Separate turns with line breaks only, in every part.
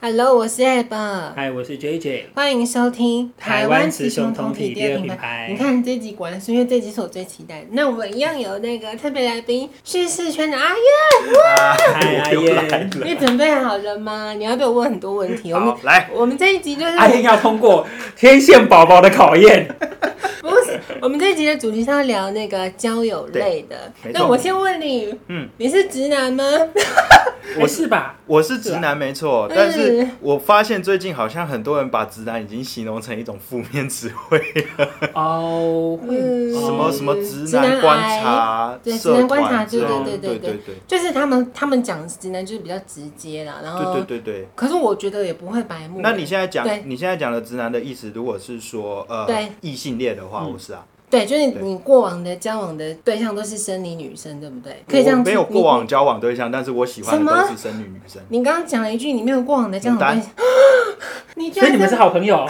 Hello，我是 Ab，
嗨，我是 JJ。
欢迎收听
台湾雌雄同体第二品牌
你看这集果然是因为这集是我最期待的。那我们一样有那个特别来宾，叙事圈的阿燕，
嗨，阿
又来
燕，
你
了，
准备好了吗？你要被我问很多问题。我们
好来，哎
我们这一集就是
阿燕要通过天线宝宝的考 验。
不是我们这一集的主题是要聊那个交友类的。
对没错
那我先问你，
嗯，
你是直男吗？
我是吧？
我是直男没错，
嗯
但是我发现最近好像很多人把直男已经形容成一种负面词汇，
哦，
嗯，
什么什么直男
癌
观察
对，直
社
男观察，
团
对
之类的，
对对
对
对
对，
就是他们他们讲直男就是比较直接啦，然后
对对对对。
可是我觉得也不会白目。
那你现在讲
对，
你现在讲的直男的意思，如果是说
对
呃异性恋的话，
嗯
我是啊，
对，就是
对
你过往的交往的对象都是生理女生，对不对？可以这
我
样子。
没有过
你
往。交往对象，但是我喜欢的
什么
都是生女女生，
你刚刚讲了一句你没有过往的交往对象，你居
所以
然
你们是好朋友？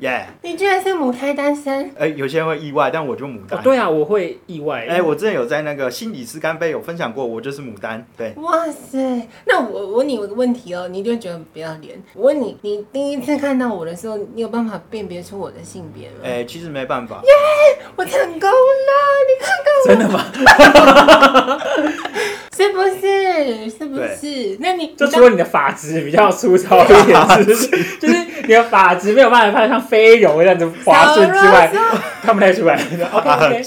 耶！
你居然是母胎单身，
哎，有些人会意外，但我就牡
哦
丹。
对啊，我会意外。
哎，我之前有在那个心理师干杯有分享过，我就是牡丹，对，
哇塞！那我我问你有个问题哦，你就觉得不要脸。我问你，你第一次看到我的时候，你有办法辨别出我的性别吗？
哎，其实没办法，
我成功了，你看看我，
真的吗？
是不是？是不是？那你
就
你
除了你的发质比较粗糙一 点，就是就是你的发质没有办法像飞柔这样子滑顺之外
少，啰嗦
看不太出来。OK OK，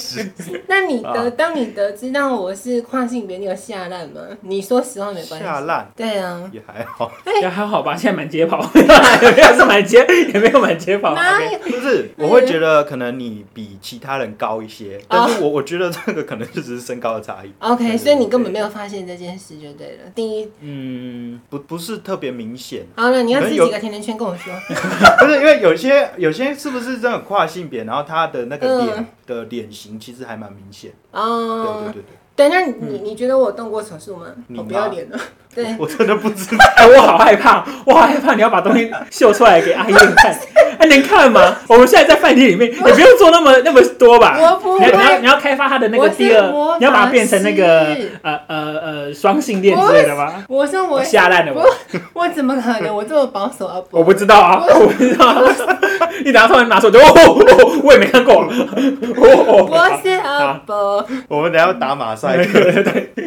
那你得
啊
当你得知到我是跨性别，你有吓烂吗？你说实话没关
下
系。
烂
对啊，
也还好。
也哎还好吧，现在满街跑， 也没有是满街，也没有满街跑。
哪
OK，
有？
不是，我会觉得可能你比其他人高一些，
嗯
但
哦
是我我觉得这个可能就只是身高的差异。
OK，
对
所以你根本没有发现这件事就对了。第一，，
嗯，不不是特别明显
好了，你要
可
吃
能
几
有
个甜甜圈跟我说。
不是因为有些有些是不是真的跨性别，然后他的那个脸、
嗯
的脸型其实还蛮明显。对
哦
对，对
对，
对，
那你你觉得我动过手术吗？
你
我
吗
不要脸了。对，
我真的不知道。
哎，我好害怕，我好害怕你要把东西秀出来给阿 燕看，还能看吗？我们现在在饭店里面，也不用做那么那么多吧。
我不
你要你要
会
你要开发他啊的那个第
我是魔法
二，
师
你要把它变成那个呃呃呃双性恋之类的吗？
我说我
我吓烂了我
我，我怎么可能？我这么保守啊！
我不知道啊，我不知道啊。你等下突然拿出来，就哦哦，哦我也没看过。哦
我
哦，
是阿伯，
我们等一下要打马赛 克，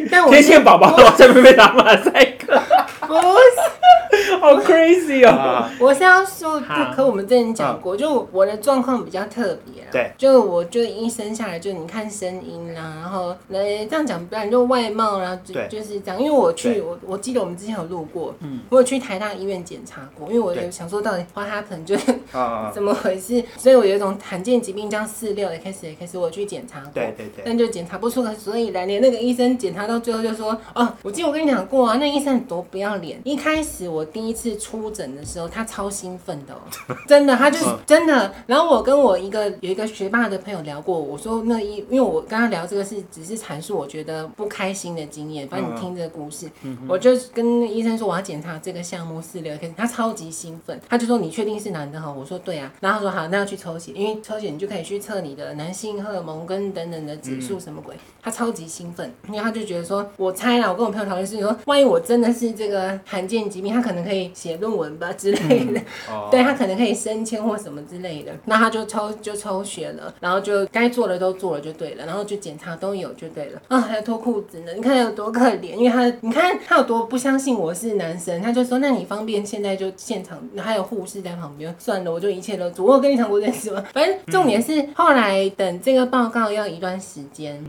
但我
天线宝宝在那边打马赛克，
不是，
好 crazy 哦。
啊、
我是要说，
好
可我们之前讲过，就我的状况比较特别啊。
对，
就我就一生下来，就你看声音啦，然后呃这样讲不然就外貌啦，就
对
就是这样。因为我去，
对
我我记得我们之前有录过，
嗯
我有去台大医院检查过，因为我有
对
想说到底花哈盆就是
啊，
怎么回事，所以我有一种罕见疾病叫四六 X X，我有去检查过。
对对对，
但就检查不出个所以然，连那个医生检查到最后就说：“哦，我记得我跟你讲过啊，那医生多不要脸。一开始我第一次出诊的时候，他超兴奋的、哦，真的，他就是
嗯
真的。然后我跟我一个有一个学霸的朋友聊过，我说那医，因为我跟他聊这个是只是阐述我觉得不开心的经验，反正你听这个故事，我就跟医生说我要检查这个项目四六 X，他超级兴奋，他就说你确定是男的哈？我说对啊，然后他说好，那要去抽血，因为抽血你就可以去测你的男性荷尔蒙跟等等的指数什么鬼，他超级兴奋，因为他就觉得说，我猜啦，我跟我朋友讨论是说， 万一我真的是这个罕见疾病，他可能可以写论文吧之类的，
哦，
对他可能可以升迁或什么之类的，那他就抽就抽血了，然后就该做的都做了就对了，然后就检查都有就对了啊，还有脱裤子呢，你看有多可怜，因为他你看他有多不相信我是男生，他就说那你方便现在就现场，还有护士在旁边，算了，我就一切都做，我有跟你讲过这件事吗？反正重点是后来等这个报告要一段时间，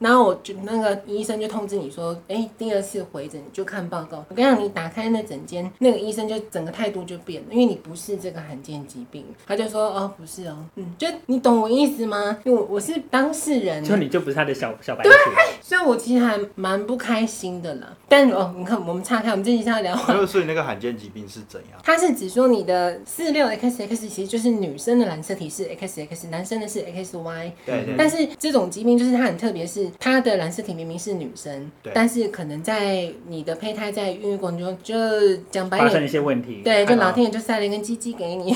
然后我就那个医生就通知你说，哎、第二次回诊你就看报告。我跟你讲，你打开那诊间，那个医生就整个态度就变了，因为你不是这个罕见疾病，他就说哦不是哦，嗯，就你懂我意思吗？因为我我是当事人，
就你就不是他的小小白鼠，
所以我其实还蛮不开心的啦。但哦，你看我们岔开，我们这集是要聊
没有，所以那个罕见疾病是怎样？
它是指说你的四六 XX 其实就是女生的染色体是 XX，男生的是 XY。
对对
但是这种疾病就是它很特别，是它的染色体明明是女生
对，
但是可能在你的胚胎在孕育过程中，就讲白一
发生
你。
一些问题。
对，就
看到
老天爷就塞了一根鸡鸡给你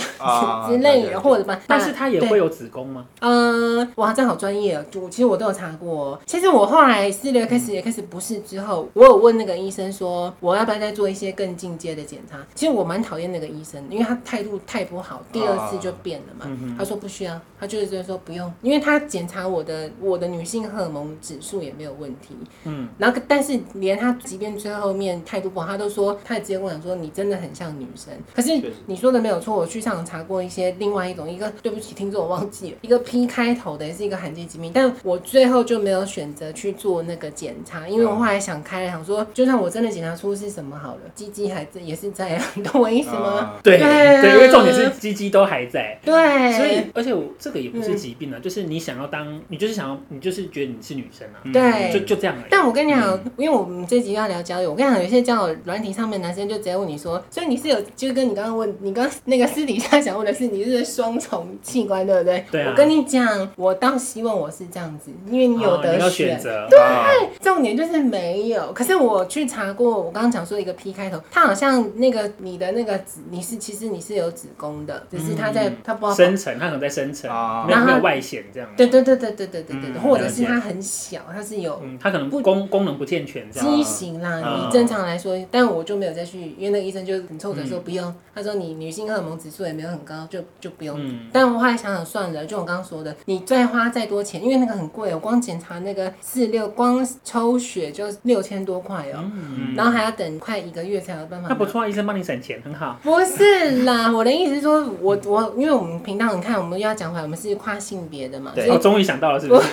啊
之类
了解
的，或者把，
但是
把
他也
对
会有子宫吗？
嗯，哇，这样好专业哦！就其实我都有查过。其实我后来四六开始也开始不适之后，我有问那个医生说，我要不要再做一些更进阶的检查？其实我蛮讨厌那个医生，因为他态度太不好，第二次就变了嘛。他说不需要，他就是就是说不用，因为他检查我的我的女性荷尔蒙指数也没有问题。
嗯，
然后但是连他即便最后面态度不好，他都说，他也直接跟我讲说，你真的很像女生。可是
确实
你说的没有错，我去上网查过一些另外一种，一个对不起听众我忘记了，一个 P 开头的也是一个罕见疾病，但我最后就没有选择去做那个检查，因为我后来想开了，想说就算我真的检查出是什么好了，鸡鸡还在也是在啊，你懂我意思吗？
啊
对
对
对，因为重点是鸡鸡都还在。
对，嗯
所以，而且我这个也不是疾病啊，就是你想要当，你就是想要，你就是觉得你是女生啊，
嗯
对
就就这样而已。
但我跟你讲，
嗯
因为我们这集要聊交友，我跟你讲，有些交友软体上面男生就直接问你说，所以你是有，就跟你刚刚问，你刚那个私底下想问的是，你是双重器官，对不对？
对啊
我跟你讲，我倒希望我是这样子，因为你有
哦你要
得
选择，
啊
重点就是没有。可是我去查过，我刚刚讲说一个 P 开头，它好像那个你的那个子，你是其实你是有子宫的，只是它在、
嗯
它不知道
深层，它可能在深层，
啊
没有
然后
没有外显这样。
对对对对对对对对，
嗯
或者是
了解
它很小，它是有
嗯，它可能功功能不健全这样。
畸形啦，
嗯
以正常来说，但我就没有再去，因为那个医生就很臭嘴
嗯
说不用，他说你女性荷尔蒙指数也没有很高，就就不用。
嗯
但我后来想想算了，就我刚刚说的，你再花再多钱，因为那个很贵，我光检查那个四六，光抽血就六千多块哦、
嗯，
然后还要等快一个月才有办法拿。
那不错啊，医生帮你省钱，很好。
不是啦，我的意思是说，我我因为我们频道，你看我们又要讲回来，我们是跨性别的嘛，
对
所以
我哦终于想到了，是不是？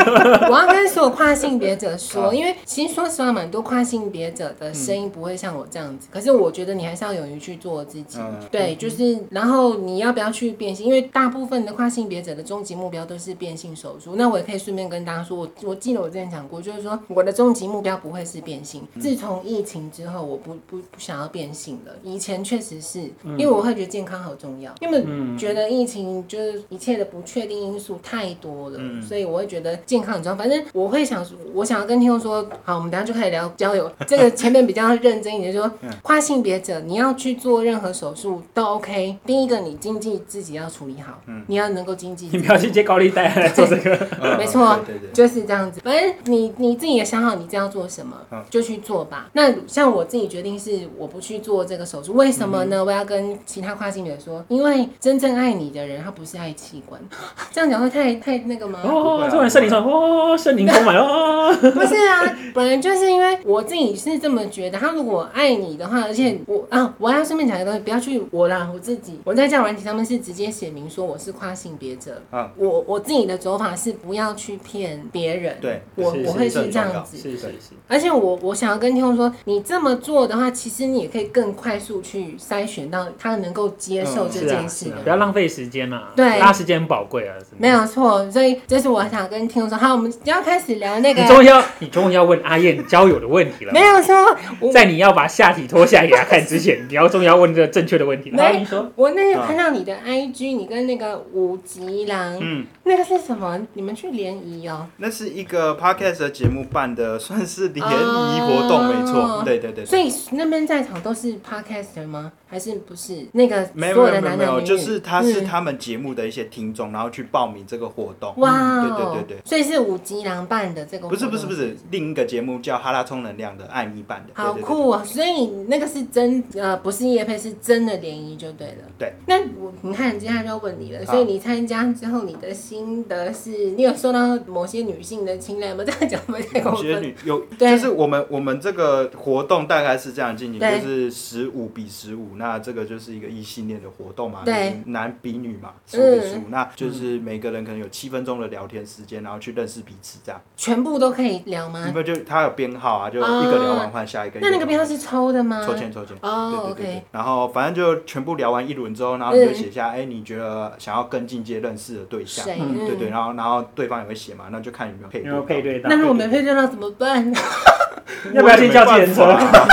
我要跟所有跨性别者说，
好
因为其实说实话，蛮多跨性别者的声音不会像我这样子。可是我觉得你还是要勇于去做自己，
嗯
对，就是然后你要不要去变性？因为大部分的跨性别者的终极目标都是变性手术。那我也可以顺便跟大家说，我我记得我之前讲过，就是说我的终极目标不会是变性。
嗯
自从疫情之后，我不不不想要变性了。以前确实是
嗯
因为我会觉得健康好重要，因为
嗯
觉得疫情就是一切的不确定因素太多了，
嗯
所以我会觉得健康很重要。反正我会想说，我想要跟听众说，好，我们等一下就开始聊交友。这个前面比较认真一点，就是说
嗯
跨性别者，你要去做任何手术都 OK。第一个，你经济自己要处理好，
嗯
你要能够经济自
你
己。
不要去接高利贷来做这 个。
嗯
没错
对对对，
就是这样子，反正你你自己也想好你这要做什么
嗯，
就去做吧。那像我自己决定是我不去做这个手术，为什么
嗯
呢？我要跟其他跨性别说，因为真正爱你的人，他不是爱器 官，这样讲会太太那个吗？
哦，突然圣灵说，哦，圣灵充满哦。
不是啊， 本来就是因为我自己是这么觉得。他如果爱你的话，而且我啊，我要顺便讲一个东西，不要去我啦，我自己，我在交友软体上面是直接写明说我是跨性别者。
啊
我我自己的走法是不要去骗别人，
对
我
是
我会
是这
是
很
这
重
样
要
子，
是是是，啊
而且我我想要跟听众说，你这么做的话，其实你也可以更快速去筛选到他能够接受
嗯
这
是啊
件，事
是
的
啊
人。
不要浪费时间啦。
对
大家时间很宝贵啊。真的
没，有错，所以这是我想跟听众说。好，我们要开始聊那个
你，终于要，你终于要问阿燕交友的问题了。
没有错，我
在你要把下体脱下来给他看之前，你要终于要问这个正确的问题。
没
然后你说，
我那
啊
天看到你的 IG，你跟那个五吉郎，
嗯，
那个是什么？你们去联谊哦。
那是一个 podcast 的节目办的，算是联谊活动，
哦
没错，对对对。
所
对
以那边在场都是 podcaster 吗？还是不是那个所
没有
有
没
的
有没有
男
没
男女
有，
女？
就是他是
嗯
他们节目的一些听众，然后去报名这个活动。
哇、
嗯
哦
对对对对，
所以是五吉郎办的这个活
不
动，
是不是不是，另一个节目叫《哈拉充能量》的艾米版的，对
好
对对
酷啊、所以那个是真呃，不是夜配，是真的联谊就对了。
对。
那我你看，接下来就要问你了，
好
所以你参加之后，你的心得是，你有受到某些女性的青睐吗？这样讲会不会太过
我觉得
分？
女有，
对
就是我们我们这个活动大概是这样进行，
对
就是十五比十五，那这个就是一个异性恋的活动嘛，
对，
男比女嘛，十五
嗯
比十五、那就是每个人可能有七分钟的聊天时间，然后去认识彼此这样。
全部都可以聊
因
吗？
为就他有编号啊，就
啊
一个聊完换下一个。
那那个
一
编号
聊
是
完
抽的吗？
抽签抽签。
哦
对对对对
OK
然后反正就全部聊完一轮之后，然后你就
嗯
写下，哎、你觉得想要更进阶认识的对象，
谁？
嗯
嗯
对对，。然后然后对方也会写嘛，那就看有没有配
有
对
没有配对到
那？如果没配对到怎么办？
要不要先叫计程车？
我也没办法啊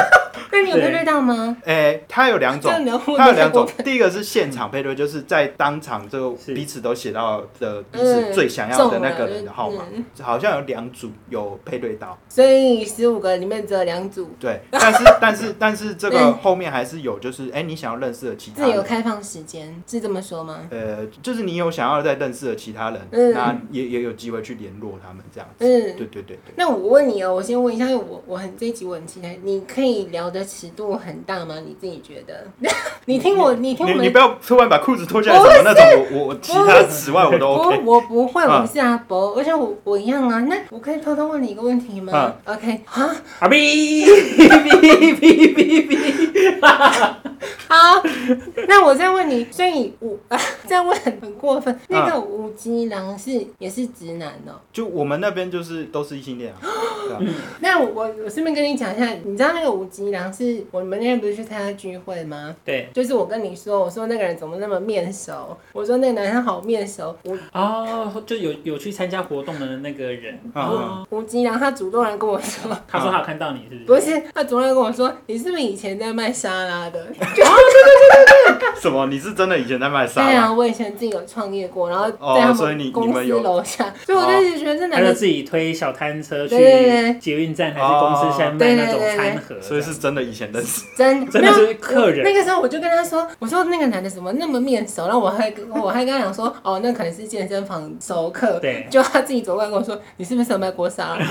那那你有配对到吗？
哎，它有两种
这，你要问
它有两种
我，
第一个是现场配对，就是在当场就彼此都写到的彼此最想要的那个人的号码，
嗯
好像有两组有配对到，
所以十五个里面只有两组
对，但是 但是但是这个后面还是有，就是哎，你想要认识的其他
自由
人，
开放时间，是这么说吗？
呃，就是你有想要再认识的其他人，
嗯
那也也有机会去联络他们这样子，
嗯
对，对对对，
那我问你哦，我先问一下，因为我我很这一集我很期待，你可以聊的尺度很大吗？你自己觉得？ 你听我，你听我
你你
们
不，要突然把裤子脱下来什么那种，我我其他此外我都 OK，
不，我不会，
啊
我是阿伯，而且我我一样啊。那我可以偷偷问你一个问题吗
啊
？OK，好，
啊哔哔哔哔哔，
好，那我再问你，所以五、 啊、再问很过
啊
分，那个五级狼是也是直男哦、
就我们那边就是都是异性 恋啊，对啊
那我我顺便跟你讲一下，你知道那个五级狼是我们那天不是去参加聚会吗？
对
就是我跟你说，我说那个人怎么那么面熟？我说那个男生好面熟。吴
哦，就有有去参加活动的那个人，
嗯
哦，
吴吉良他主动来跟我说，
他说他有看到你，是不
不
是？
是他主动来跟我说，你是不是以前在卖沙拉 的？
什么？你是真的以前在卖沙
对
拉？
啊，我以前自己有创业过，然后
哦
在他
所以你你
们公
们
司
有哦
楼下，所以我就一直觉得这
他
男
就
的
自己推小摊车去
对对对
捷运站还是公司山卖那种餐盒，
所以是真的以前认识。
真
真的是客人
那个时候我就跟他说，我说那个男的怎么那么面熟？然后我还跟我还跟他讲说，哦，那可能是健身房熟客。
对
就他自己走过来跟我说，哦你是不是有卖锅沙拉？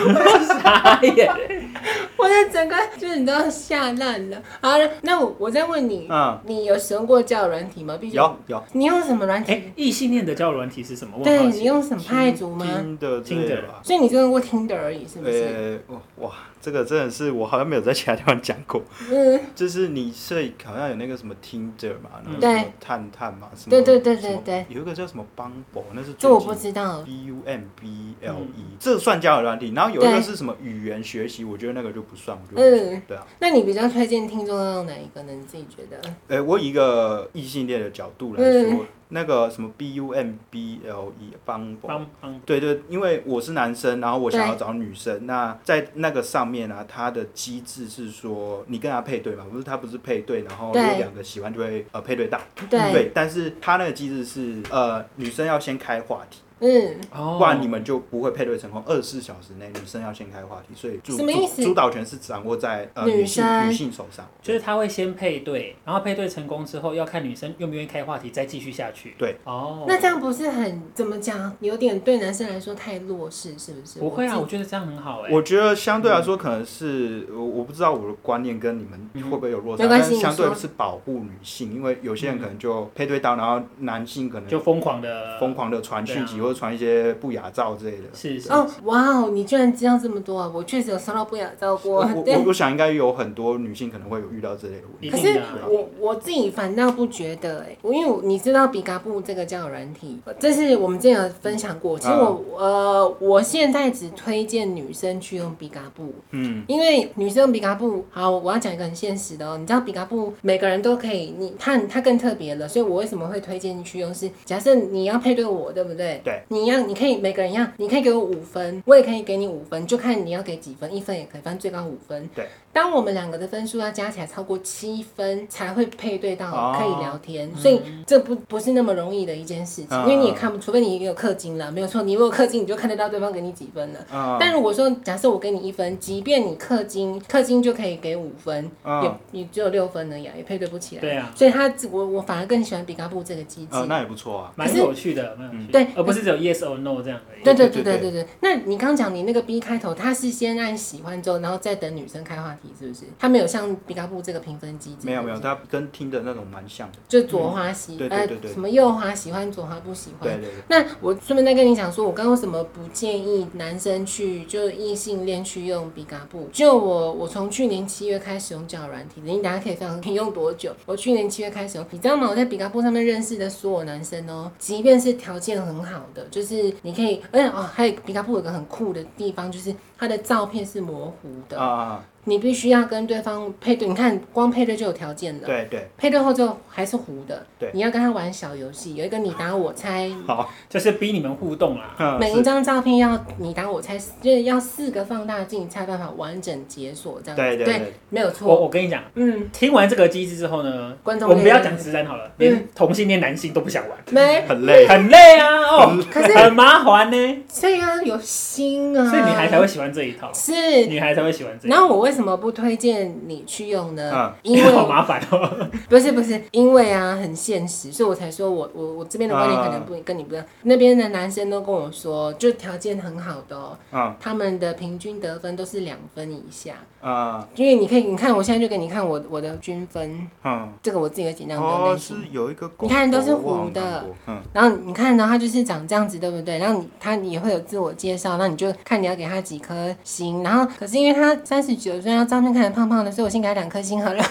傻眼。
我的整个就是你知道吓烂了。好了，那我我再问你，
嗯，
你有使用过交友软体吗？毕竟
有有
你用什么软体？
哎，异性恋的交友软体是什么？我很
对
好
你
奇。
用什么派族吗？
听的听的吧。
所以你就用过 Tinder 而已，是不是？
呃，哇，这个真的是我好像没有在其他地方讲过，
嗯，
就是你是好像有那个什么 Tinder 嘛，
嗯
然后什么
对
探探嘛，什么
对对对对
什么
对
有一个叫什么 Bumble，那是
这我不知道。嗯
B U M B L E，这算交友软体。然后有一个是什么语言学习，我觉得那个就不算，我觉得
嗯
不对啊。
那你比较推荐听众要用哪一个呢？你自己觉得？
呃，我以一个异性恋的角度来说，
嗯
那个什么 B U M B L E Bumble，
帮帮
对对，因为我是男生，然后我想要
对
找女生。那在那个上面啊，它的机制是说你跟他配对嘛，不是他不是配对，然后如
对
果两个喜欢就会呃配对到。
对，
但是他那个机制是呃女生要先开话题，
嗯，
哦
不然你们就不会配对成功。二十四小时内女生要先开话题，所以主
什么意思
主主导权是掌握在呃
女
女性
生
女性手上。
就是他会先配对，然后配对成功之后，要看女生愿不愿意开话题，再继续下去。
对，
哦，
那这样不是很怎么讲？有点对男生来说太弱势，是不是？
不会啊，
自
我觉得这样很好哎、
我觉得相对来说，可能是我我不知道我的观念跟你们
嗯
会不会有落差，
没关
但
系
是相对
你说
是保护女性，因为有些人可能就配对到，然后男性可
嗯就
能
疯狂的
疯，狂的传讯息
对啊
或者传一些不雅照之类的。
是是，
哦，哇哦，你居然知道这么多啊！我确实有收到不雅照
我
过，
我
对。
我想应该有很多女性可能会有遇到这类的问
一
题。
可
定
是
的啊
我我自己反倒不觉得哎、我因为我你知道比嘎布这个交友软体，这是我们之前有分享
嗯
过。其实我、呃，我现在只推荐女生去用比嘎布，
嗯，
因为女生用比嘎布，好，我要讲一个很现实的哦。你知道比嘎布每个人都可以，你它它更特别了，所以我为什么会推荐你去用是？假设你要配对我，对不对？
对，
你一样，你可以每个人一样，你可以给我五分，我也可以给你五分，就看你要给几分，一分也可以，反正最高五分。
对，
当我们两个的分数要加起来超过七分，才会配对到
哦
可以聊天，所以这不不是那么容易的一件事
嗯
情，因为你也看不，除非你有氪金啦，没有错，你如果氪金，你就看得到对方给你几分了。
啊
但如果说假设我给你一分，即便你氪金，氪金就可以给五分，
啊
也你只有六分而已、啊，也配对不起来。
对啊
所以他我我反而更喜欢比嘎布这个机制。
啊，那也不错啊。
蛮有趣的，蛮有
嗯
趣的，
对
而不是只有 yes or no 这样而已。
对对
对
对
对
对对对，那你刚讲你那个 B 开头，他是先按喜欢之后，然后再等女生开话题，是不是？他没有像比嘎布这个评分机制，
没有没有，
是不是，
它跟听的那种蛮像的。
就左滑喜
嗯对对对对
呃什么右滑喜欢，左滑不喜欢
对。对对，
那我顺便再跟你讲说，我刚刚为什么不建议男生去就异性恋去用比嘎布？就我我从去年七月开始用交友软体，你大家可以分享你用多久？我去年七月开始用，你知道吗？我在比嘎布上面认识的所有男生哦，即便是条件很好的，就是你可以，而且哦，还有比嘎布有个很酷的地方，就是它的照片是模糊的。
啊啊，
你必须要跟对方配对。你看，光配对就有条件的，
对对，
配对后之后还是糊的，
对
你要跟他玩小游戏，有一个你打我猜，
好，
就是逼你们互动啦。
嗯
嗯每一
是
张照片要你打我猜，就是要四个放大镜才有办法完整解锁这样子。
对对对
没有
我
错。
我跟你讲，
嗯，
听完这个机制之后呢，
观众
我们不要
累了
讲直男好了，
嗯
连同性恋男性都不想玩，
没，
很累，
很累啊，哦，
可是
很麻烦呢，
所以要有心啊。
所以女孩才会喜欢这一套，
是。
女孩才会喜欢这一
然
套，
后我为什么不推荐你去用呢
嗯？
啊
因
好
为
麻烦哦，
不是不是，因为啊很现实，所以我才说我我我这边的观
啊
点可能不跟你不一样。那边的男生都跟我说，就条件很好的哦，
啊
嗯
他们的平均得分都是两分以下。
嗯
因为你可以，你看我现在就给你看我我的均分，
嗯，
这个我自己会尽量丢
哦，
内心。
是有一个，
你看都是
我
糊
忘了
的
看过，嗯
然后你看呢，他就是长这样子，对不对？然后你他也会有自我介绍，那你就看你要给他几颗星。然后可是因为他三十九岁，他照片看起来胖胖的，所以我先给他两颗星 好了。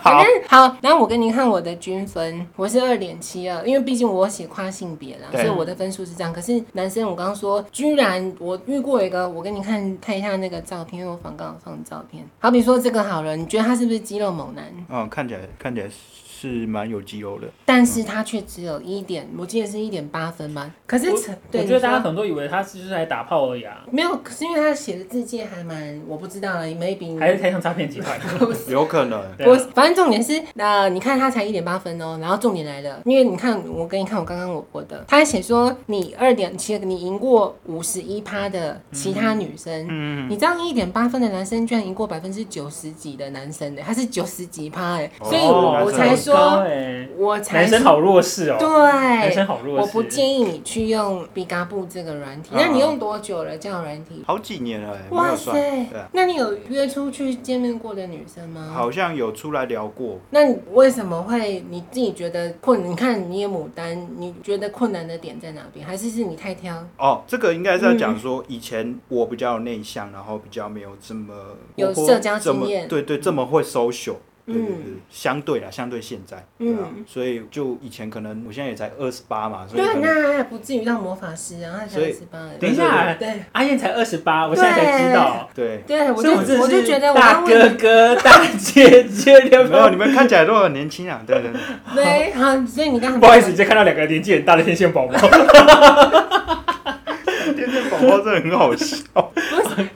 好
反正好，然后我给你看我的均分，我是二点七二，因为毕竟我写跨性别啦，
对
所以我的分数是这样。可是男生我刚刚说，居然我遇过一个，我给你看看一下那个照片，因为我刚刚有放照片。好比说这个好了，你觉得他是不是肌肉猛男？
嗯，看起来看起来是蛮有肌肉的，
但是他却只有一点，我记得是一点八分吧。可是
我
成对
我觉得
你说
大家很多以为他是就是来打炮而已啊，
没有，可是因为他写的字界还蛮，我不知道哎了，maybe
还是台上诈骗集团，
有可能，
对
我
啊
反正重点是，呃，你看他才一点八分哦，然后重点来了，因为你看我给你看我刚刚我我的，他还写说你二点七，你赢过五十一趴的其他女生，
嗯，
你这样一点八分的男生居然赢过百分之九十几的男生呢、他是九十几趴哎，
哦
所以
哦
我我才
男生
说
很高，欸
我才
男生好弱势哦，男
对
生。好弱势，
我不建议你去用比嘎布这个软体。
嗯
那你用多久了？这样软体？
好几年了，哎，没
哇
有算，
塞
对啊，
那你有约出去见面过的女生吗？
好像有出来聊过，
那你为什么会你自己觉得困？你看你也牡丹，你觉得困难的点在哪边？还是是你太挑？
哦，这个应该是要讲说，以前我比较内向，然后比较没有这么
有
活泼
社交经
这么
验
对对，这么会 social。对对对
嗯，
相对啦，相对现在，对啊，所以就以前可能我现在也才二十八嘛，所以
对啊，
可能
那还不至于到魔法师啊，他才
所以
十八
等
对
一下，
对
阿燕才二十八，我现在才知道。
对，
对，我
所
就
以我真的
我就是觉得我
大
刚
哥
问
哥、 大姐姐，你有
没有你们看起来都很年轻啊，对对对，
你对，好，所以你刚才
不好意思，你就看到两个年纪很大的天线宝宝。
天 线宝宝真的很好笑，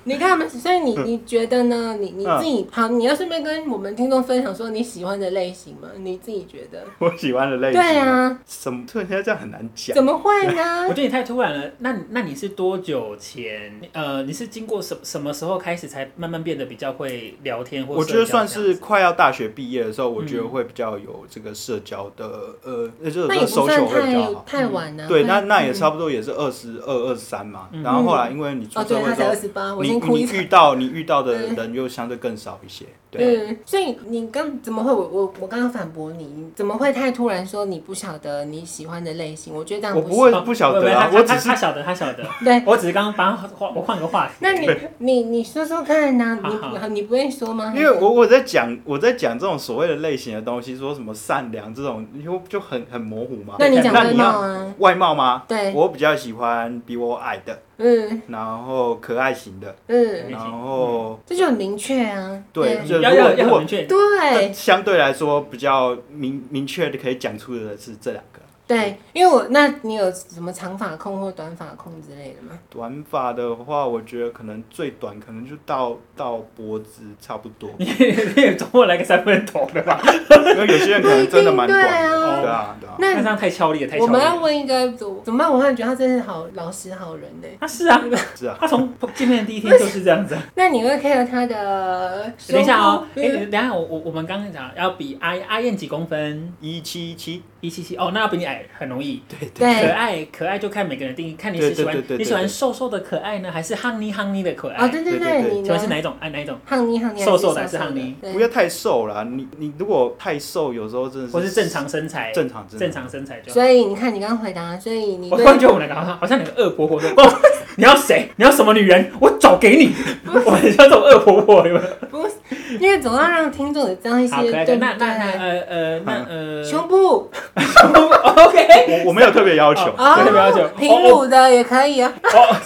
你看他们，所以你你觉得呢？你你
嗯
自己好，你要顺便跟我们听众分享说你喜欢的类型吗？你自己觉得？
我喜欢的类型，
对，啊，
什么突然间这样很难讲，
怎么会
我
呢
觉？得你太突然了。那那你是多久前？呃，你是经过什什么时候开始才慢慢变得比较会聊天或？
我觉得算是。快要大学毕业的时候，我觉得会比较有这个社交的，呃，那就是
那也
说
不
social
算
会比较
太嗯
好。嗯
太晚啊了。
对，
会
那那也差不多也是二十二、二十三嘛。然后后来因为你出
哦，
社
对
会
他
之
才
后
二，十八，我
你
先哭一
你
场。
遇到你遇到的人又相对更少一些。对，
嗯，所以你刚怎么会我我我刚刚反驳你，你怎么会太突然说你不晓得你喜欢的类型？我觉得这样
我
行
不会不晓得啊，
我
我
哦他
只
他
是
晓得，他晓得。
对。
我只是刚刚帮他换，我换个话题。
那你你你说说看呐、
好
你你不愿意说吗？
因为我我在讲我在讲这种所谓的类型的东西，说什么善良这种，就就很很模糊嘛。
那你讲
那
外
你
貌
要
啊，
外貌吗？
对，
我比较喜欢比我矮的，
嗯
然后可爱型的，
嗯，
然后
这就很明确啊。
对，就
要
如
要要
果如
很
果
明确。，
对
这相对来说比较明明确的可以讲出的是这两个。
对，因为我那你有什么长发控或短发控之类的吗？
短发的话，我觉得可能最短可能就到到脖子差不多
你你也总会来个三分头的吧？
因为有些人可能真的蛮短
不一定对
啊
的，对啊，对啊。
那这
那
样太俏丽了，太俏
我
丽
们要
啊
了。
问一个怎么办？我忽然觉得他真是好老实好人呢、
啊，是啊，
是啊，
他从见面的第一天就是这样 子啊。
那你会 care 他的？
等一下哦，哎、
嗯
等一下我我我们刚刚讲要比阿阿燕几公分，
一七一七，
一七七哦，那要比你矮很容易。
对对
对
可爱可爱就看每个人定义，看你是喜欢
哎对对对对对哦
你喜欢瘦瘦的可爱呢，还是憨妮憨妮的可爱？
啊，对对
对对
对，
对
你
请
呢
问是？哪一种？哎、哪一种？
汉尼汉尼，
瘦瘦的
还
还是汉尼
对
不要太瘦了。你你如果太瘦，有时候真的是
或是正常身材？
正常
正常身材就好。
所以你看，你刚刚回答，所以你
我
对
突然觉得我们两个好像好像两个恶婆婆说，哦，你要谁？你要什么女人？我找给你。 我很像这种恶婆婆，有没有？
不是，因为总要让听众有这样一些
好可爱
对
的。
不
那那那
对？
呃呃那呃
胸部
，OK，
哎我我没有特别要求，
哦
啊
对不要紧，
平乳的也可以啊。
哦，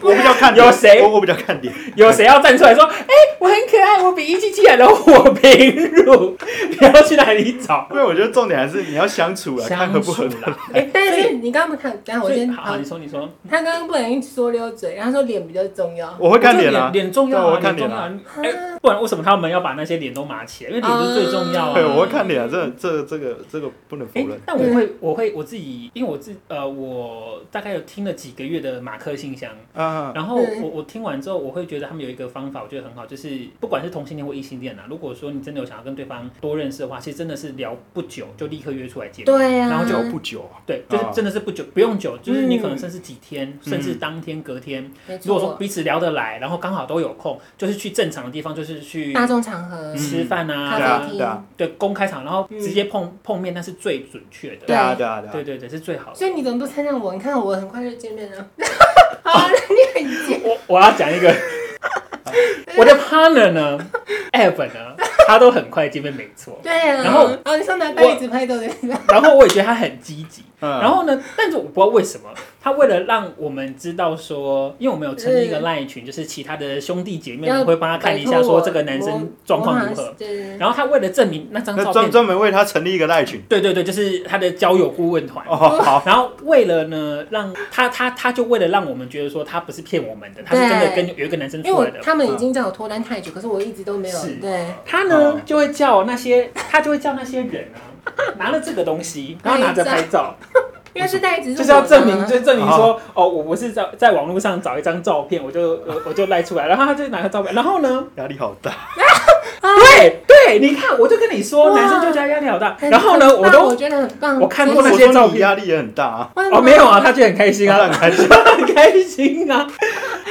我比较看脸
有谁
我我比较 看脸，
有谁要站出来说，哎、我很可爱，我比一七七还的我平乳，你要去哪里找？
因为我觉得重点还是你要相处啊，看合不合
相。处啦？
哎，但是你刚刚不看，等一下我
所以
先
好，你说你说，
他刚刚不小心说溜嘴，他说脸比较重要。
我会看脸
我觉得
啊，
脸重要
对我
啊，
会看
脸
脸
重要
啊
啊。哎、不然为什么他们要把那些脸都码起来？因为脸是最重要啊。
对，我会看脸啊，这这这个这个不能否
哎、
认。
但我会，我会我自己，因为我自呃，我大概有听了几个月的马克信箱，
啊，
然后我
嗯
我听完之后，我会觉得他们有一个方法，我觉得很好，就是不管是同性恋或异性恋啊，如果说你真的有想要跟对方多认识的话，其实真的是聊不久就立刻约出来见面。
对呀、啊，
然后就
聊不久啊，
对，就是
啊嗯
真的是不久，不用久，就是你可能
嗯
甚至几天，甚至当天、隔天，
没
如
错
果说彼此聊得来，然后刚好都有空，就是去正常的地方，就是去
大众场合、
嗯
吃饭
咖
对
啡
啊
啊，
厅，
对啊
对，公开场，然后
嗯
直接碰碰面，那是最准确的。
对啊，对啊，对啊。
对对对，是最好的。
所以你怎么不参加我？你看我很快就见面 了。好啊，你很贱。
我我要讲一个，我的 partner 呢，App 呢，他都很快见面，没错。
对啊，
然后
哦，你说拿大一直拍照的，
然后我也觉得他很积极。
嗯
然后呢，但是我不知道为什么，他为了让我们知道说，因为我们有成立一个 line 群，就是其他的兄弟姐妹
要
们会帮他看一下，说这个男生状况如何。
对，
然后他为了证明那张
那
照
专
片，
专门为他成立一个赖群
对对对，就是他的交友顾问团。
哦，好，
然后为了呢，让他他他就为了让我们觉得说他不是骗我们的，他是真的跟有一个男生
因为
出来
我
的。
他们已经叫我脱单太久，可是我一直都没有
是。
对，
他呢就会叫那些他就会叫那些 人啊，拿了这个东西，然后拿着拍照，
因为是大一直
就是要证明，
这
就是证明说，
啊
哦，我我是在在网络上找一张照片，我就我我就赖出来，然后他就拿个照片，然后呢，
压力好大。
啊对对，你看，我就跟你说，
哇
男生就家压力好大，然后呢，我都
我觉得很棒。
我看
我
过那些
说
照
你
片
压力也很大啊，
哇
哦没有啊，他就很开心
他
啊
很， 开心。
很开心啊。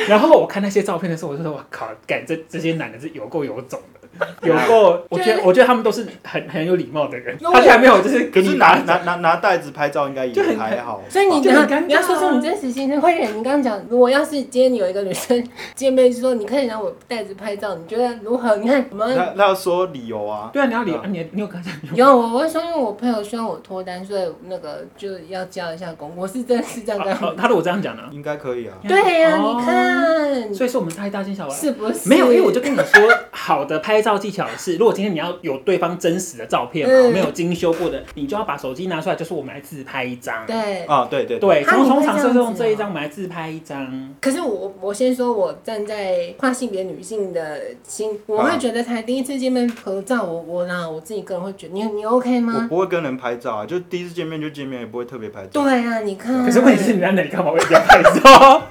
然后我看那些照片的时候，我就说：“我靠，感这这些男的是有够有种的，有
啊
够。”我觉得，我觉得他们都是很很有礼貌的人。他居然没有，就是
可
给
是
你
拿
拿
拿拿拿袋子拍照应该
就
也
很
还好吧。
所以你
就
要
很尴尬啊
哦你要说出你真实心声，或者你刚刚讲，如果要是今天有一个女生见面说你可以让我带着拍照，你觉得如何？你看我们
那那要说理由啊，
对啊，你要礼，啊你你有跟他讲没有
有啊我，我会说，因为我朋友希望我脱单，所以那个就要交一下功。我是真的是这样跟
啊
他
啊
们。
他如果这样讲 呢？
应该可以啊。
对呀、
哦
你看，
所以说我们太大惊小怪。
是不是？
没有，因为我就跟你说，好的拍照技巧是，如果今天你要有对方真实的照片嘛，
嗯
没有精修过的，你就要把手机拿出来，就是我们来自拍一张。
对。
啊，对对，
对，
啊
通
你会
通常
这样
是用
子
这一
哦嗯
张，我们来自拍一张。
可是我我先说，我站在跨性别女性的心，我会
啊
觉得才第一次见面合照，我我啦，我自己个人会觉得，你你 OK
我
吗？
不会跟人拍照啊，就第一次见面就见面，也不会特别拍照。
对啊，你看。
可是问题是，你在那里干嘛？我也不要拍照。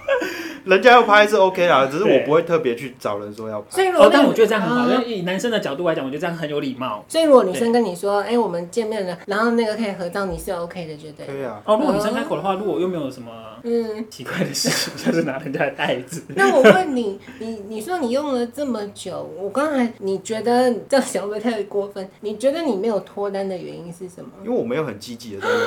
人家要拍是 OK 啦，只是我
对
不会特别去找人说要拍。
所以如果
哦，
那
但
个
我觉得这样很好，因
啊
为以男生的角度来讲，我觉得这样很有礼貌。
所以如果女生跟你说，哎，我们见面了，然后那个可以合照，你是 OK 的，绝对。
可以啊，
哦，如果女生开口的话，如果又没有什么
嗯。
奇怪的事情，就是拿人家的袋子。
那我问你， 你你说你用了这么久，我刚才你觉得这样想会不会太过分？你觉得你没有脱单的原因是什么？
因为我没有很积极的在用。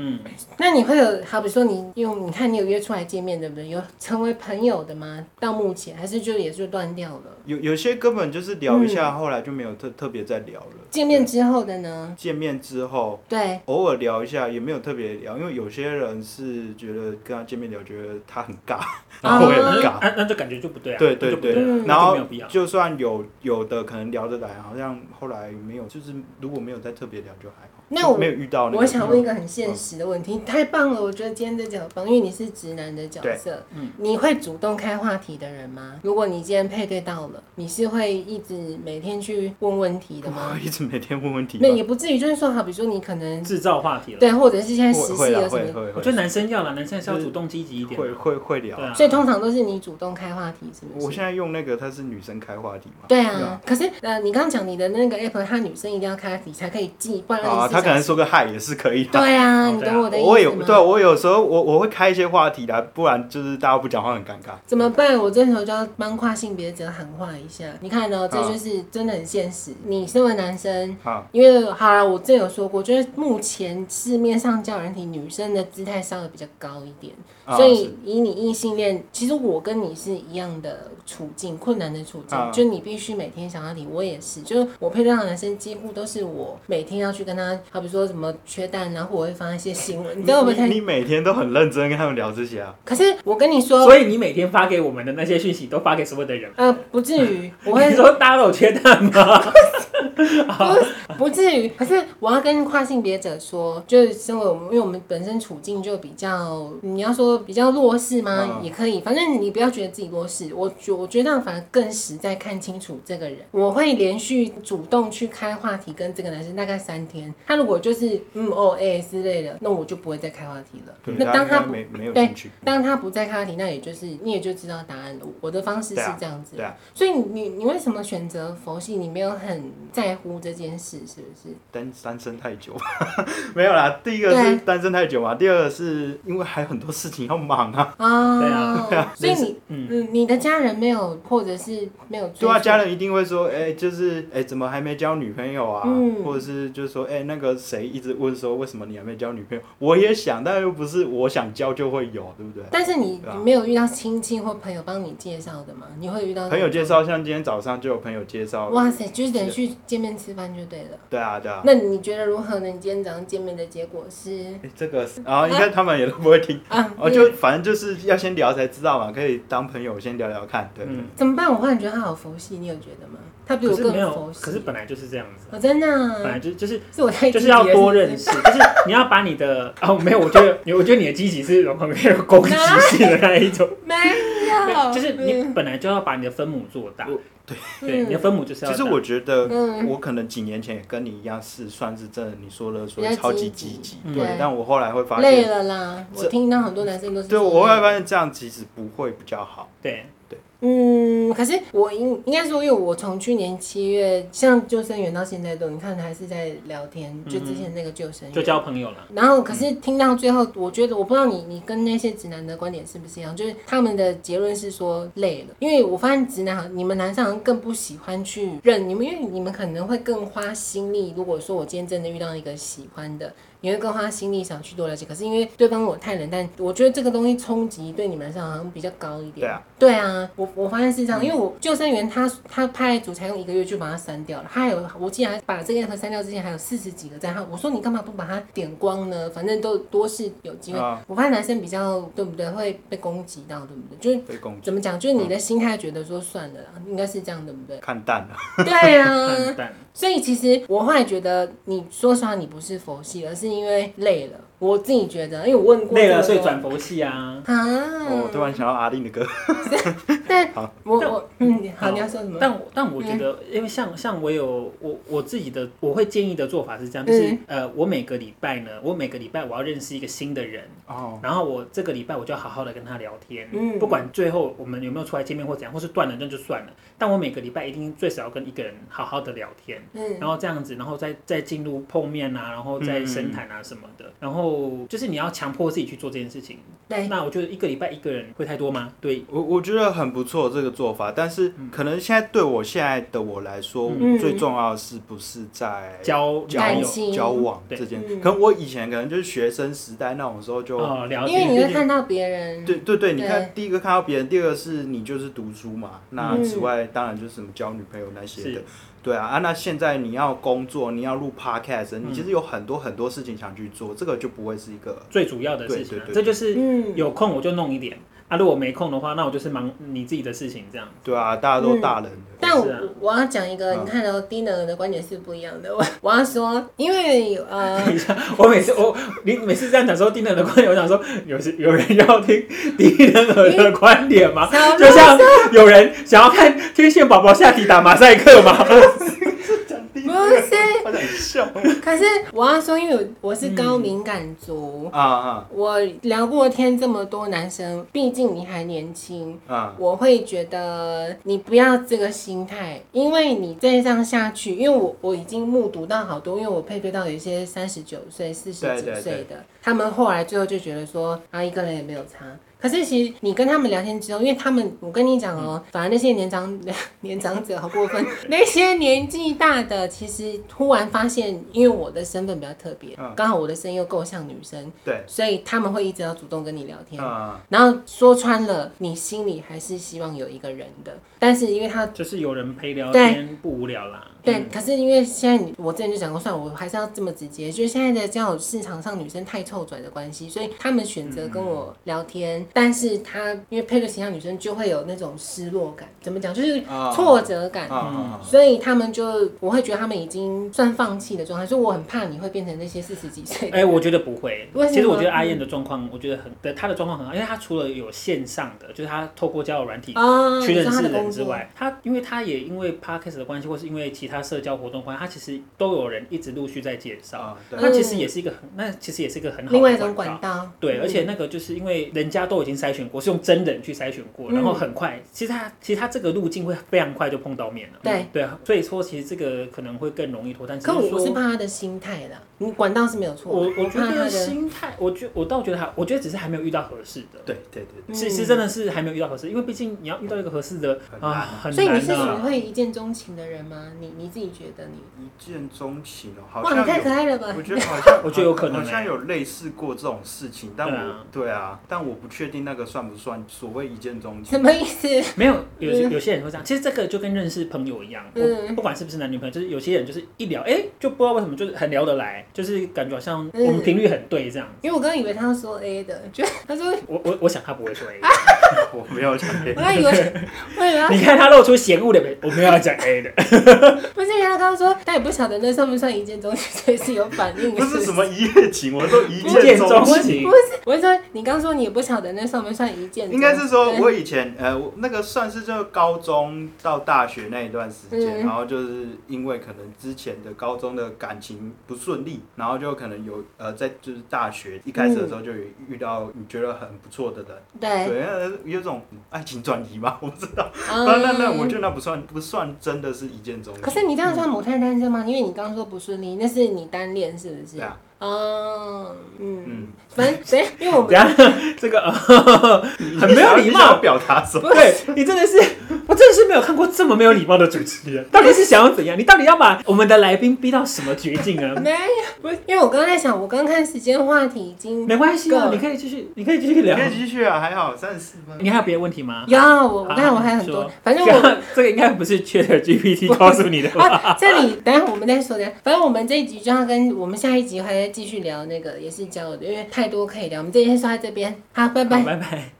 嗯，
那你会有，好比说你用，你看你有约出来见面，对不对？有成为朋友的吗？到目前还是就也就断掉了。
有有些根本就是聊一下，后来就没有特特别再聊了。
见面之后的呢？
见面之后，
对，
偶尔聊一下，也没有特别聊，因为有些人是觉得跟他见面聊，觉得他很 尬，然后我也很尬。
啊那那就感觉就不对啊。
对
那
对
就不
对，
啊
嗯
那
然
就
后
没有必要。
就算有有的可能聊得来，好像后来没有，就是如果没有再特别聊就还好。
那
就
我
没有遇到那个。嗯
我想问一个很现实的问题，太棒了！我觉得今天这角棒，因为你是直男的角色，
嗯
你会主动开话题的人吗？如果你今天配对到了，你是会一直每天去问问题的吗
我？ 一直每天问问题吧。
那也不至于，就是说，好，比如说你可能
制造话题了。
对，或者是现在时
会会
事
啦
有什
会
么，
会
我觉
会
得男生要了，男生还是要主动积极一点。
会会会聊
对。啊。
所以通常都是你主动开话题，是不是？
我现在用那个，它是女生开话题嘛？
对
对
啊
啊，
可是呃，你刚刚讲你的那个 app，它女生一定要开话题才可以记，不然
啊，
她
他可能说个嗨也是可以的。
对啊，
哦
你
对啊
懂我的意思吗？
我有对啊，我有时候我我会开一些话题的，不然就是大家不讲话很尴尬。
怎么办？我这时候就要帮跨性别者喊话一下。你看哦，这
好
就是真的很现实。你身为男生，
好，
因为好了，我之前有说过，就是目前市面上交友软体女生的姿态稍微比较高一点，
啊
所
是
以以你异性恋，其实我跟你是一样的处境，困难的处境，
啊
就你必须每天想到你，我也是，就是我配对上的男生几乎都是我每天要去跟他好比说什么缺蛋啊，或者会发一些新闻，你知道我们
你
看。
你每天都很认真跟他们聊这些啊，
可是我跟你说，
所以你每天发给我们的那些讯息都发给所有的人。
呃，不至于，我
你
会
说大家都有缺蛋 吗？
不 不至于。可是我要跟跨性别者说，就是身为我们，因为我们本身处境就比较，你要说比较弱势吗？
嗯
也可以，反正你不要觉得自己弱势。我觉我觉得这样反而更实在，看清楚这个人。我会连续主动去开话题跟这个男生大概三天。他如果就是嗯哦 A 之类的，那我就不会再开话题了。
对
那当
他
他
应该
不
没没有
对
兴趣，
当他不再开话题，那也就是你也就知道答案了。我的方式是
对啊
这样子，
对啊
所以你你为什么选择佛系？你没有很在乎这件事，是不是？
单单身太久， 没有啦。第一个
对
是单身太久嘛，第二个是因为还有很多事情要忙 啊。
啊，
对啊
所以你
嗯，
嗯，你的家人没有，或者是没有
对啊，家
人
人一定会说，哎、就是哎、怎么还没交女朋友啊？
嗯
或者是就是说，哎、那个谁一直问说，为什么你还没交女朋友？我也想，但又不是我想交就会有，对不对？
但是你
对啊
你没有遇到亲戚或朋友帮你介绍的吗？你会遇到
朋友介？绍，像今天早上就有朋友介绍，
嗯哇塞，就是连续见面吃饭就对了。
对啊，对啊。
那你觉得如何呢？你今天早上见面的结果是
哎这个是，然后应该他们也都不会听，
啊，
哦，
嗯
就反正就是要先聊才知道嘛，可以当朋友先聊聊看，对。
嗯
怎么办？我忽然觉得他好佛系，你有觉得吗？他比
可
我
是
更
没有
佛，系。
可是本来就是这样子啊，
哦，真的
本来
啊，
就就是
是我太
就是
积极
要
了
多
是
认
不是
识，就是你要把你的哦，没有，我觉得我觉得你的积极是有旁边有攻击性的那一种，
没
没
有，
有就是
嗯
你本来就要把你的分母做大，对，啊你的
嗯
分母就是要
哦其
大。
实我觉得，
嗯
我可能几年前也跟你一样，是算是真的，你说了说
比较
超级
积极
积极，
嗯
对。但我后来会发
累
现，
了啦。我
这
听到很多男生都是
对，
这
我
样
会发现这样其实不会比较好。
对，
嗯，可是我应应该说，因为我从去年七月像救生员到现在都，你看还是在聊天，就之前那个救生员。
就交朋友了。
然后，可是听到最后，我觉得我不知道你你跟那些直男的观点是不是一样，就是他们的结论是说累了，因为我发现直男好像你们男生好像更不喜欢去认你们，因为你们可能会更花心力。如果说我今天真的遇到一个喜欢的，你会更花心力想去多了解。可是因为对方我太冷淡，我觉得这个东西冲击对你们来说好像比较高一点。
对啊，嗯
对啊，我我发现是这样，因为我救生员他他派组才用一个月就把它删掉了，他还有我竟然把这个和删掉之前还有四十几个赞号，我说你干嘛不把它点光呢？反正都多是有机会。
啊
我发现男生比较对不对会被攻击到，对不对？就是
被攻击，？
怎么讲，就是你的心态觉得说算了啦，应该是这样，对不对
看淡了。
对啊
淡，淡，
所以其实我后来觉得，你说实话，你不是佛系，而是因为累了。我自己觉得，因为我问过
累了
这
所以
么多
转佛系啊。
啊，
哦我突然想到阿令的歌，
但
好
我
但
我嗯，好，
好
你要说什么？
但我但我觉得，因为像像我有我我自己的，我会建议的做法是这样，就是、
嗯
呃，我每个礼拜呢，我每个礼拜我要认识一个新的人，
哦，
然后我这个礼拜我就好好的跟他聊天，
嗯
不管最后我们有没有出来见面或怎样，或是断了那就算了，但我每个礼拜一定最少要跟一个人好好的聊天，
嗯，
然后这样子，然后再再进入碰面啊，然后再深谈啊什么
嗯
的，然后就是你要强迫自己去做这件事情。
对，
那我觉得一个礼拜一个人会太多吗？对，
我我觉得很不错这个做法，但是可能现在对我现在的我来说，
嗯
最重要的是不是在
交
交
朋
感
友
情
交往
对
这件
嗯
可能我以前可能就是学生时代那种时候就。
哦，了
因为你
解。
会看到别人，
对对对，你
对
看，第一个看到别人，第二个是你就是读书嘛，那
嗯
之外当然就是什么交女朋友那些的
是，
对啊啊，那现在你要工作，你要录 podcast，你其实有很多很多事情想去做，这个就不会是一个
最主要的事情啊、
对对对
这就是
嗯，
有空我就弄一点啊，如果没空的话，那我就是忙你自己的事情这样。
对啊，大家都
嗯
大人了，
但我
是啊
我要讲一个，你看哦，Dina 的观点是不一样的。我我要说，因为 呃，
我每次我你每次这样讲说丁人的观点，我想说有时有人要听 丁人儿的观点 吗？
超
就像有人想要看天线宝宝下体打马赛克吗？
不是，
好想笑
可是我要说，因为我是
嗯
高敏感族，
啊啊
我聊过天这么多男生，毕竟你还年轻。
啊！
我会觉得你不要这个心态，因为你再这样下去，因为我我已经目睹到好多，因为我配对到有一些三十九岁、四十
对
几
对
岁的，他们后来最后就觉得说啊，一个人也没有差。可是其实你跟他们聊天之后，因为他们，我跟你讲
嗯
哦、反而那些年长年长者好过 分，那些年纪大的，其实突然发现，因为我的身份比较特别
嗯，
刚、好我的声音又够像女生，
对，
所以他们会一直要主动跟你聊天。
嗯，
然后说穿了，你心里还是希望有一个人的，但是因为他
就是有人陪聊
对
天不无聊啦。
对，可是因为现在你我之前就讲过，算了，我还是要这么直接，就是现在的交友市场上女生太臭拽的关系，所以她们选择跟
嗯
我聊天，但是她因为配对形象女生就会有那种失落感，怎么讲，就是
啊
挫折感。
啊，
所以她们就，我会觉得她们已经算放弃的状态，所以我很怕你会变成那些四十几岁的
哎、我觉得不会
为什。么嗯
其实我觉得阿燕的状况，我觉得很，对她的状况很好，因为她除了有线上的，就是她透过交友软体
啊，
去
你
认
说她
识
的
人
工
之
作，
外，她因为她也因为 podcast 的关系，或是因为其他社交活动关系，她其实都有人一直陆续在介绍。
啊，对
嗯
那其实也是一个很，那其实也是一个很好的
另外一种管
道。
道，
对，
嗯
而且那个就是因为人家都已经筛选过，是用真人去筛选过，
嗯
然后很快，其实他其实他这个路径会非常快就碰到面了。
对
对啊，所以说其实这个可能会更容易脱单。
可
只是
我
说
我是怕她的心态啦，你管道是没有错，嗯
我我觉
怕她
得
的
心态，我觉我倒觉得还，我觉得只是还没有遇到合适的。
对对对
嗯
对，
其实真的是还没有遇到合适，因为毕竟你要遇到一个合适的
很难
啊，很
所以你
难
是
的、
属于会一见钟情的人吗？你你自己觉得你？
一见钟情哦，好
哇，你
像
太可
有。
爱了吧
我！觉得好像，
我觉得有可能
好像
欸
有类似过这种事情，但
对啊
我对啊，但我不确定那个算不算所谓一见钟
什
情。
么意思？
没有，有些
嗯
有些人会这样。其实这个就跟认识朋友一样，不
嗯
不管是不是男女朋友，就是有些人就是一聊，哎、就不知道为什么就是很聊得来，就是感觉好像
嗯
我们频率很对这样。
因为我刚刚以为他是说 A 的，就他 说
我我我想他不会说 A，
我没有想
我刚以为， 我以为他
你看他露出嫌恶的表情，我没有要讲 A 的，
不是，原来他说他也不晓得那算不算一见钟情，所以是有反应的。
不是什么一夜情，我说一
一见
见
钟
钟情。
情
不。是，我是说你刚说你也不晓得那算不算一见，
应该是说，
对
我以前呃，我那个算是就高中到大学那一段时间，
嗯
然后就是因为可能之前的高中的感情不顺利，然后就可能有呃，在就是大学一开始
嗯
的时候就有遇到你觉得很不错的人，
对，
对，呃有种爱情转移嘛，我不知道。
嗯
啊那那那，我觉得那不算不算真的是一见钟情。
可是你这样算母胎单身吗？因为你刚刚说不顺利，那是你单恋是不是
对？啊，
哦，嗯，
嗯，
反正等一下，因为我
等一
们
下这个、呃、 很没有礼
你想要
貌，
表达什么？
对你真的是，我真的是没有看过这么没有礼貌的主持人，到底是想要怎样？你到底要把我们的来宾逼到什么绝境 啊？
没有，不是，因为我刚刚在想，我刚看时间话题已经
没关系啊，
够
你可以继续，你可以继续
你
聊
可。以继续啊，还好三十四分。
你还有别的问题吗？
有，我
好
我看我还有很多
说，
反正我
这个应该不是 Chat GPT 告诉你的 吧？
啊，这里等一下我们再说的。反正我们这一集就要跟我们下一集还要继续聊那个也是交友的，因为太多可以聊，我们这一天说到这边，好，拜拜
好。拜拜。